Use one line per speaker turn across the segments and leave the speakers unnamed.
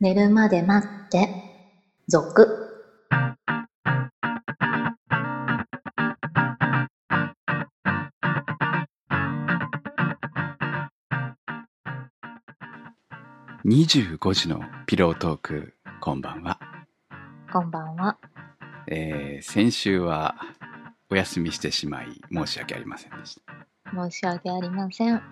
寝るまで待って、続。
25時のピロートークこんばんは、
こんばんは。
えー先週はお休みしてしまい申し訳ありませんでした
申し訳ありません。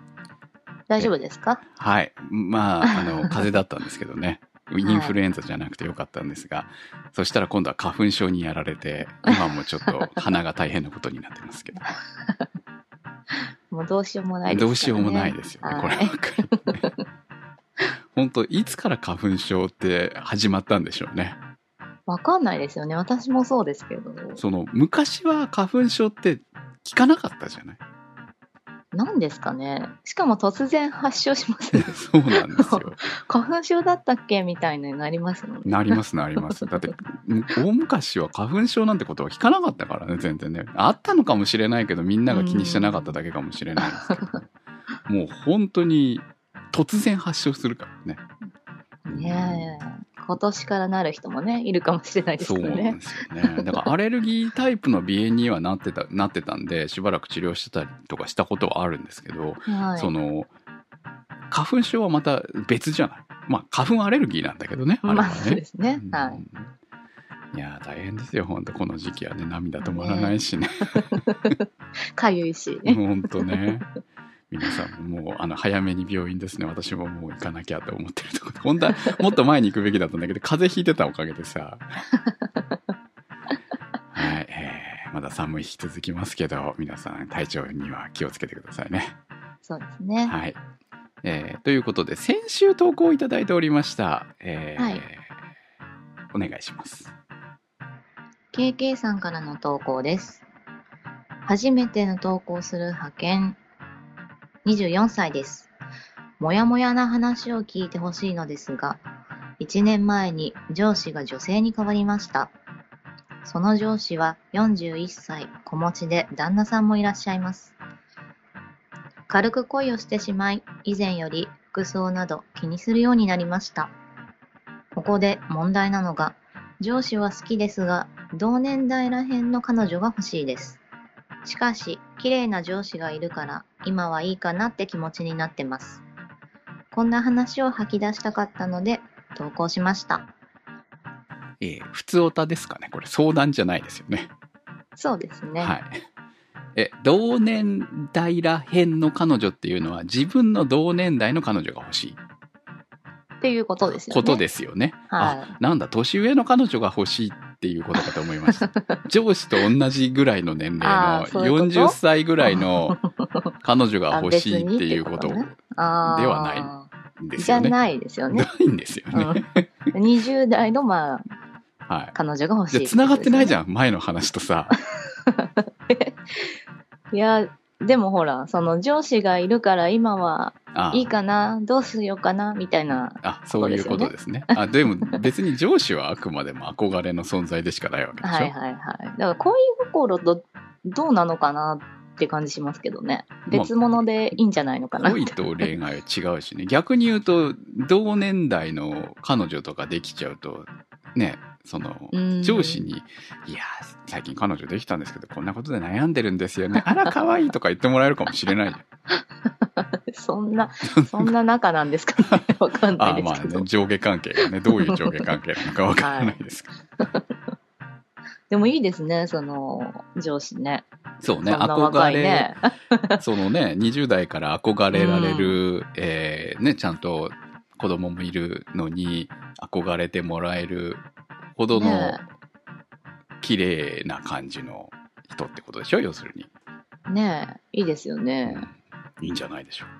大丈夫ですか
はいま ああの風邪だったんですけどねインフルエンザじゃなくてよかったんですが、そしたら今度は花粉症にやられて今もちょっと鼻が大変なことになってますけ ど
もうどうしようもないですからね。
どうしようもないですよねこればっかり本当いつから花粉症って始まったんでしょうね
わかんないですよね。私もそうですけど。
その昔は花粉症って聞かなかったじゃない。
なんですかね。しかも突然発症しますね
そうなんですよ
花粉症だったっけみたいになりますもんね。
なりますなります。だって、む大昔は花粉症なんてことは聞かなかったからね、全然ね。あったのかもしれないけど、みんなが気にしてなかっただけかもしれないですけど、もう本当に突然発症するからね。
ねえ。今年からなる人もね、いるかもしれないです
そう
から
な
ね
ん。ですよね。だからアレルギータイプの鼻炎にはなってた、 なってたんで、しばらく治療してたりとかしたことはあるんですけど、
はい。
その、花粉症はまた別じゃない。まあ、花粉アレルギーなんだけどね、あれは
まあそう
ね
で。すね。はい。
いやー大変ですよ本当この時期はね涙止まらないしね
かゆいし。
本当ね皆さんももうあの早めに病院ですね私ももう行かなきゃと思ってるところ本当はもっと前に行くべきだったんだけど風邪ひいてたおかげで さはい、えーまだ寒い日続きますけど皆さん体調には気をつけてくださいね
そうですね。
はい、えーということで先週投稿いただいておりました、えー
はい
お願いします
KK さんからの投稿です。初めての投稿する派遣。24歳です。もやもやな話を聞いてほしいのですが、1年前に上司が女性に変わりました。その上司は41歳、子持ちで旦那さんもいらっしゃいます。軽く恋をしてしまい、以前より服装など気にするようになりました。ここで問題なのが、上司は好きですが、同年代らへんの彼女が欲しいです。しかし、綺麗な上司がいるから、今はいいかなって気持ちになってます。こんな話を吐き出したかったので、投稿しました。
えー普通オタですかねこれ相談じゃないですよね。
そうですね。
はい。え、同年代らへんの彼女っていうのは自分の同年代の彼女が欲しい
っていうことですよね。
ことですよね。
は
あ、なんだ、年上の彼女が欲しいっていうことかと思いま した。上司と同じぐらいの年齢
あ
の
ーそういうこと
40歳ぐらい の彼女が欲しいっていうこと
あ別にって
で
い。あー
ではないす
じゃ
よね。い。
ないですよ ね。
ないんですよ
うん
ね。
20代の、まあ、
はい。
彼女が欲しい
じゃあ、繋がってないじ
ん。
ゃん、前の話とさ。
いや、でもほら、その上司がいるから、今は
あー
いいかな、どうしようかな、みたいな
あそういうことですね。あでも別に上司はあくまでも憧れの存在でしかないわけでしょ。
はいはいはい。だから恋心とどうなのかなって感じしますけどね。別物でいいんじゃないのかなって。
恋と恋愛は違うしね逆に言うと同年代の彼女とかできちゃうとねその
うん
上司に「いや最近彼女できたんですけどこんなことで悩んでるんですよねあら可愛いとか言ってもらえるかもしれない じゃ ん
そんな、そんな仲なんですかね。 わかんない
あ
で
ーますあ
けど。
ね上下関係がねどういう上下関係なのかわからないですけど、
でもいいですね、その上司ね。
そう
そん
ね
な
憧
若い
れ、
ね。
そのね、20代から憧れられる、えーね、ちゃんと子供もいるのに、憧れてもらえるほどの
ね
綺麗な感じの人ってことでしょ、要するに。
ねえ、いいですよね。
いいんじゃないでしょう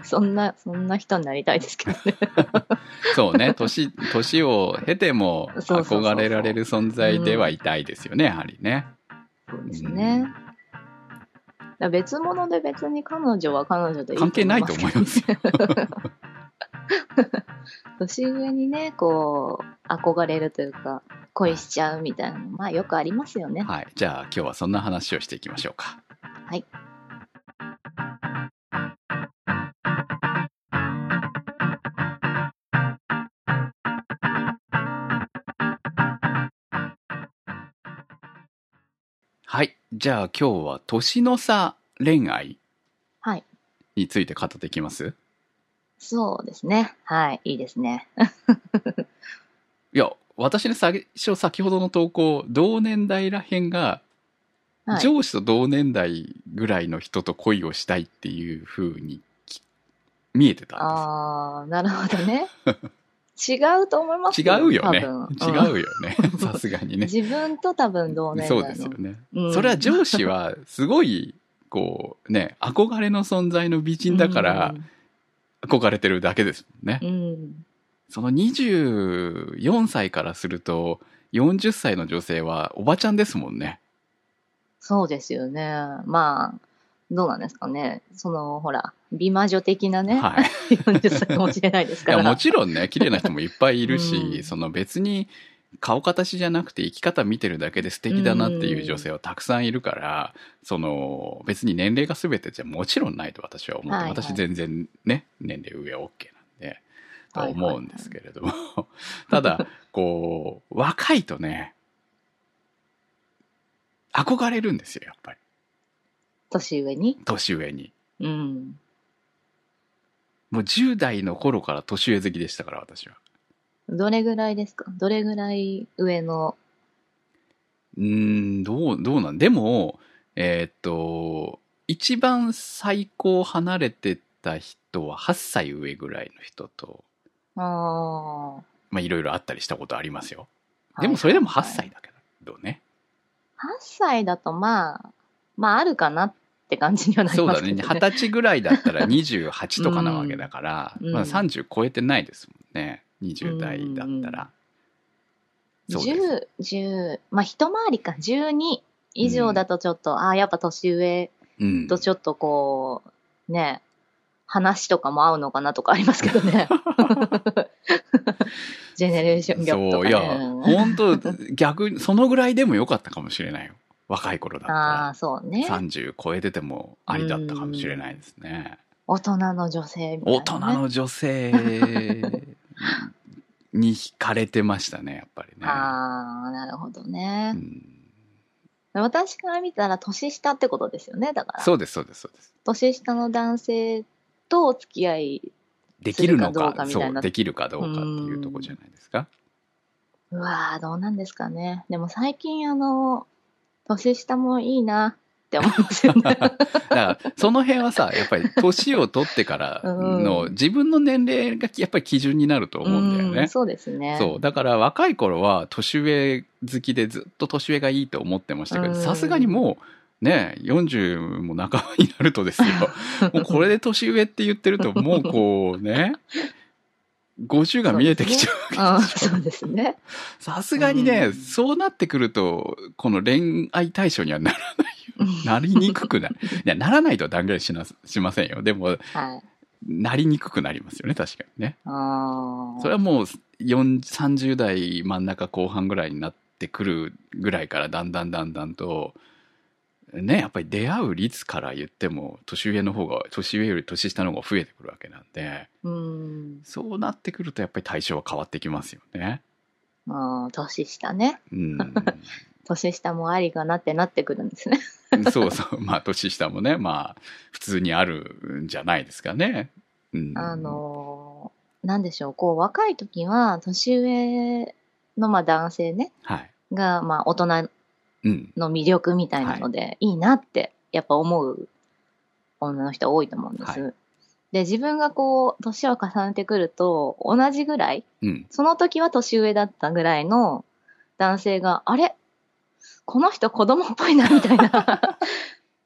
そんな、そんな人になりたいですけどね。
そ うね、年、年を経ても
そうそうそうそう
憧れられる存在ではいたいですよね、やはりね。
そうですね。だから別物で別に彼女は彼女でいい
関係ないと思いますよ。
年上にねこう憧れるというか恋しちゃうみたいなのまあよくありますよね。
はい。じゃあ今日はそんな話をしていきましょうか。
はい。
はい。じゃあ今日は年の差恋愛
はい。
について語っていきます
そうですね。はい。いいですね。
いや、私ね、最初先ほどの投稿、同年代らへんが、
はい
上司と同年代ぐらいの人と恋をしたいっていう風にき見えてたんです。
ああ、なるほど ね。違うと思います
違うよね。
多
違
分ん
うよ ね。さすがにね。
自分と多分同年代
そ
の。
うですよね。
うん
それは上司はすごい、こうね、憧れの存在の美人だから憧れてるだけですもんね
う。ん。うん。
その24歳からすると、40歳の女性はおばちゃんですもんね。
そうですよね。まあ、どうなんですかね。その、ほら、美魔女的なね、
はい。
40歳かもしれないです
い
から。
や、もちろんね、綺麗な人もいっぱいいるし、
うん
その別に顔形じゃなくて生き方見てるだけで素敵だなっていう女性はたくさんいるから、その別に年齢が全てじゃもちろんないと私は思って、
はいはい
私全然ね、年齢上 OK なんで、と
はいはいはい
思うんですけれども、 ただ、こう、若いとね、憧れるんですよ、やっぱり。
年上に。
年上に。
うん。
もう10代の頃から年上好きでしたから、私は。
どれぐらいですかどれぐらい上の。
うーん、どう、どうなんでも、えーっと、一番最高離れてた人は8歳上ぐらいの人と、
あ
まあいろいろあったりしたことありますよ。
あ。
でもそれでも8
はい
歳だけどね。
8歳だとまあ、まああるかなって感じにはなり
そう
ま
だ
すけ
ね。
どね。
二十歳ぐらいだったら28とかなわけだから、
うん
まあ
うん
30超えてないですもんね。20代だったら。そうです。
10、10、まあ一回りか、12以上だとちょっと、ああ、やっぱ年上
うん
とちょっとこう、ね、話とかも合うのかなとかありますけど ね。 ジェネレーションギャップと
そう、
か、
い
ね。
や、本当逆に、そのぐらいでもよかったかもしれないよ。若い頃だったら
あ。あ、そうね。
30超えててもありだったかもしれないですね。
大人の女性みたいな、ね。
大人の 女性に惹かれてましたね、やっぱりね。
ああ、なるほどね
う。ん
私から見たら年下ってことですよね、だから。
そうです、そうです、そうです。
年下の男性とお付き合い
できるの
するかど
か
うかみた
そ、
いうな
できるかどうかっていうとこじゃないですか。
うわあどうなんですかねでも最近あの年下もいいなって思いますよね
だから、その辺はさ、やっぱり年を取ってからの
うん
自分の年齢がやっぱり基準になると 思うんだよ
うん
ね。
そうですね
そう。だから若い頃は年上好きでずっと年上がいいと思ってましたけど、
うん
さすがにもう、ね、40も半ばになる とですよ。もうこれで年上って言ってると、もうこうね、50が見えてきちゃう。
うんそうですね
さすがにね、
うん
そうなってくると、この恋愛対象にはならない。なりにくくなる。いや、ならないとは断言しな、しませんよ。で
は
も、
い
なりにくくなりますよね、確かにね。
あー
それはもう4 30代真ん中後半ぐらいになってくるぐらいからだんだんだんだんとねやっぱり出会う率から言っても年上の方が年上より年下の方が増えてくるわけなんで
うん
そうなってくるとやっぱり対象は変わってきますよね。
あー年下ね
うん、
年下もありかなってなってくるんですね
そうそうまあ年下もねまあ普通にあるんじゃないですかね。うん、
あのーなんでしょうこう若い時は年上のまあ男性ね
はい、
がまあ大人
うん、
の魅力みたいなので、い、いなってやっぱ思う女の人多いと思うんです。
は
で自分がこう年を重ねてくると同じぐらい
うん、
その時は年上だったぐらいの男性があれこの人子供っぽいなみたい な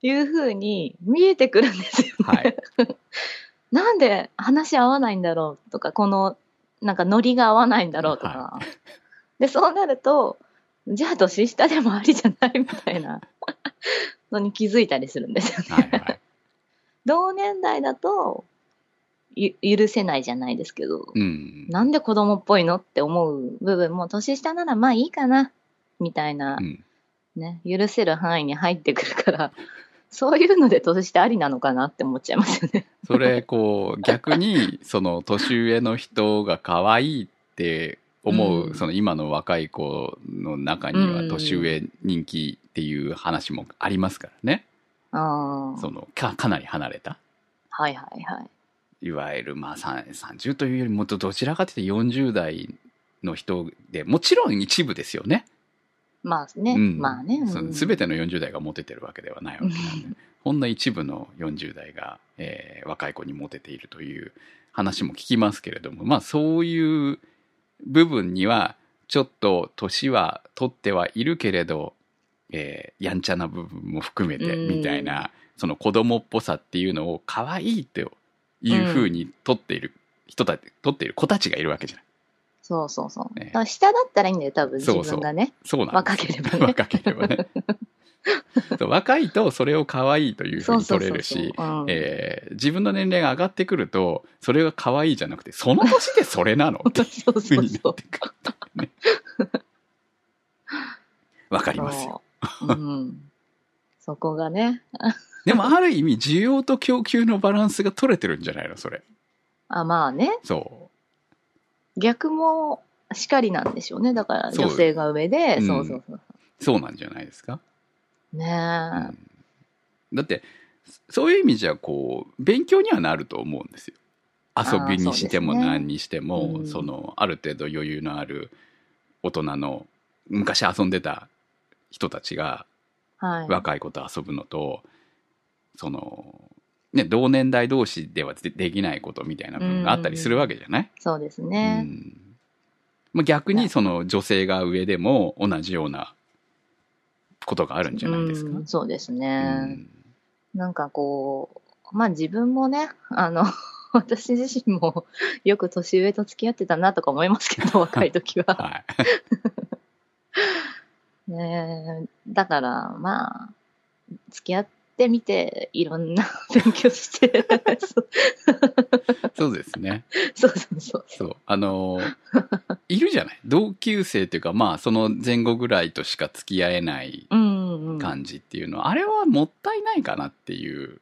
いう風に見えてくるんですよね。
はい、
なんで話合わないんだろうとか、この、なんかノリが合わないんだろうとか。で、そうなると、じゃあ年下でもありじゃないみたい なのに気づいたりするんですよね。
はい、はい、
同年代だと、ゆ許せないじゃないですけど、
うん、
なんで子供っぽいのって思う部分も、年下ならまあいいかな、みたいな
う、ん、
ね、許せる範囲に入ってくるから、そういうので年下ありなのかなって思っちゃいますよね。
それこう逆にその年上の人が可愛いって思う、
うん
その今の若い子の中に
う
は
ん
年上人気っていう話もありますからね、
ああ
そのかかなり離れた
はいはいはい
いわゆるまあさん30というよりもどどちらかというと40代の人でもちろん一部ですよね。
まあね、
うん
まあね、
その全ての40代がモテてるわけではないわけなんで、ほんの一部の40代が、えー若い子にモテているという話も聞きますけれどもまあそういう部分にはちょっと年は取ってはいるけれど、えーやんちゃな部分も含めて
うん
みたいな、その子供っぽさっていうのを可愛いっていうふうに取っている人たち、取っている子たちがいるわけじゃない。
そうそうそう、
ね
だから下だったらいいんだよ多分自
そうそう
分がね
そうなん
若ければね
若ければねそう若いとそれを可愛いというふうに取れる
そうそう
し
そうそううん
えー自分の年齢が上がってくるとそれが可愛いじゃなくてその年でそれなのって
そう
ふ
そうう
に
そ
なっ
う
てくるとかねわかりますよ
そううん、そこがね
でもある意味需要と供給のバランスが取れてるんじゃないのそれ
あまあね
そ
逆もしかりなんでしょうねだから
そう
女性が上で
うん
そうそうそう
うそうなんじゃないですか、
ね
う
え、
んだってそういう意味じゃこう勉強にはなると思うんですよ遊びにしても
あーそうですね
何にしてもそ,、
うん
のある程度余裕のある大人の昔遊んでた人たちが
はい
若い子と遊ぶのと、その、ね、同年代同士ではでできないことみたいな部分があったりするわけじゃない、
そうです
うん
ね、
まあ、逆
ね
にその女性が上でも同じようなことがあるんじゃないですか。
うんそうですね、
うん
なんかこう、まあ自分もね、あの、 私自身も よく年上と付き合ってたなとか思いますけ ど、若い時は。
はい
ねえだからまあ、付き合ってみて、いろんな 勉強して、 そう
そうですね。
そうそうそう。
そう。あのーいるじゃない同級生というか、まあ、その前後ぐらいとしか付き合えない
うんうん、
感じっていうのは、あれはもったいないかなっていう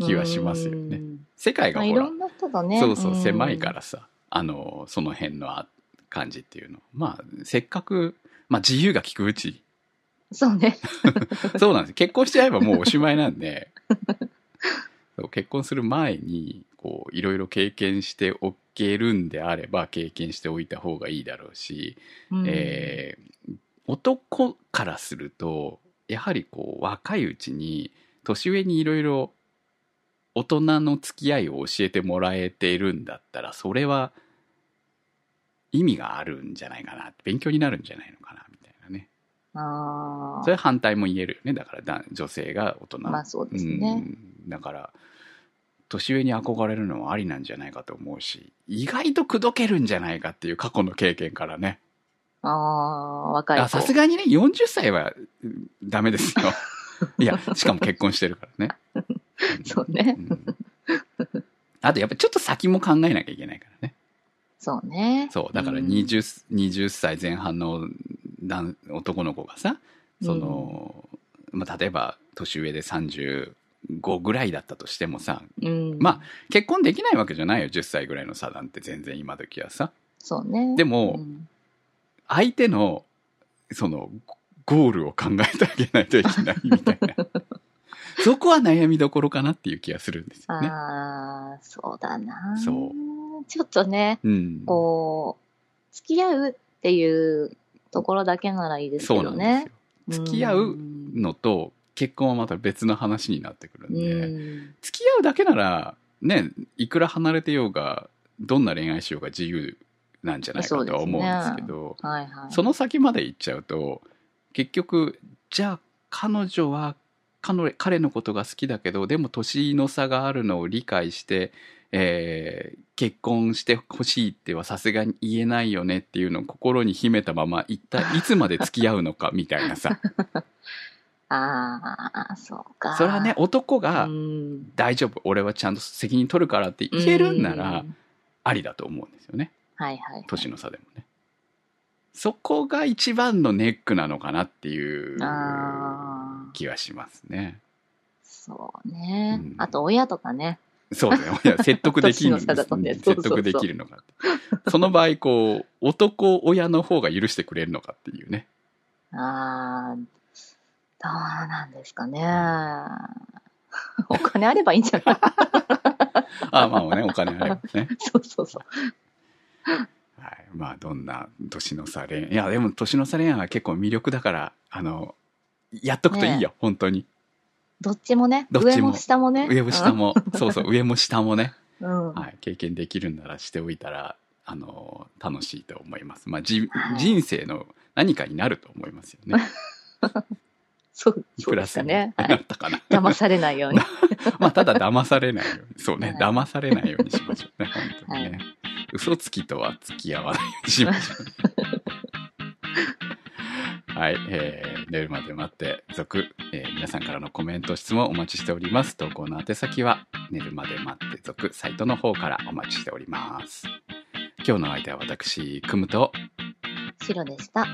気はしますよね。
うん
世界
ま
が
あ、
ほ
い
ら、
ろんな人がね。
そうそう、
ん
狭いか。らさ、あのーその辺のあ感じっていうの。まあ、せっかく、まあ、自由が利くうち、
そうね。
そうなんです。結婚しちゃえばもうおしまいなん で、そう結婚する前に、こう、いろいろ経験しておけるんであれば、経験しておいた方がいいだろうし、
うん
えー男からすると、やはりこう、若いうちに、年上にいろいろ大人の付き合いを教えてもらえているんだったら、それは意味があるんじゃないかな、勉強になるんじゃないのかな、みたいなね。
あ
そ
あ
れは反対も言えるよねだからだ女性が大人、
まあそうですね。
うん、だから年上に憧れるのはありなんじゃないかと思うし意外と口説けるんじゃないかっていう過去の経験からね
ああ、若い子。
あさすがにね40歳はうんダメです よいやしかも結婚してるからね、うん
そうね。
うんあとやっぱちょっと先も考えなきゃいけないからね
そうね。
そうだから
ん
20,、20歳前半の男男の子がさその、まあ、例えば年上で35ぐらいだったとしてもさ
うん、
まあ結婚できないわけじゃないよ10歳ぐらいの差なんて全然今時はさ
そうね。
でも
うん
相手のそのゴールを考えてあげないといけないみたい なそこは悩みどころかなっていう気がするんですよね。
ああ、そうだな。
そ
ちょっとね、
うん、
こう、付き合うっていうところだけならいいですけ
そうな
ど
んです
ね
よ。。付き合うんのと結婚はまた別の話になってくるんで。
うん
付き合うだけならねいくら離れてようがどんな恋愛しようが自由なんじゃないかとは思うんですけど
はいは
そ
い。
の先まで行っちゃうと結局じゃあ彼女は彼彼のことが好きだけどでも年の差があるのを理解して、えー結婚してほしいってはさすがに言えないよねっていうのを心に秘めたまま一体いつまで付き合うのかみたい なさ
ああ、そうか。
それはね、男が
うん、
大丈夫俺はちゃんと責任取るからって言えるんなら、
うん
ありだと思うんですよね
はいはい。
年の差でもねそこが一番のネックなのかなっていう
ああ、
気はしますね
そうね
うん。
あと、親とかね。
そうだ よ。いや、説得でき
年
る。
の差だとねそうそう
説
そう
得できるのかって。その場合、こう、男親の方が許してくれるのかっていうね。
あーどうなんですかね。 お金あればいいんじゃない
あまあね、お金あればね。
そうそうそう。
はい。まあ、どんな年の差恋愛。いや、でも年の差恋愛は結構魅力だから、あの、やっとくといいよ、本当に。
どっちもね、
どっち
上
も
も下もね。
上も下も、そう そう、上も下もね。
うん。うん。
はい、経験できるんならしておいたらあの楽しいと思います。まあ、じ
はい
人生の何かになると思いますよね。
そう、 そう
プ
で
ラ
す
ス
か
に
ね。は。
ないったかな。
騙されないよう に。
まあただ騙されないよ うに、そうね、
は
騙されないようにしましょ うね。本当にね、
はい
嘘つきとは付き合わないようにしましょう、ね。 はい、えー、寝るまで待って続、えー皆さんからのコメント質問お待ちしております投稿の宛先は寝るまで待って続サイトの方からお待ちしております今日の相手は私くむと
白でした。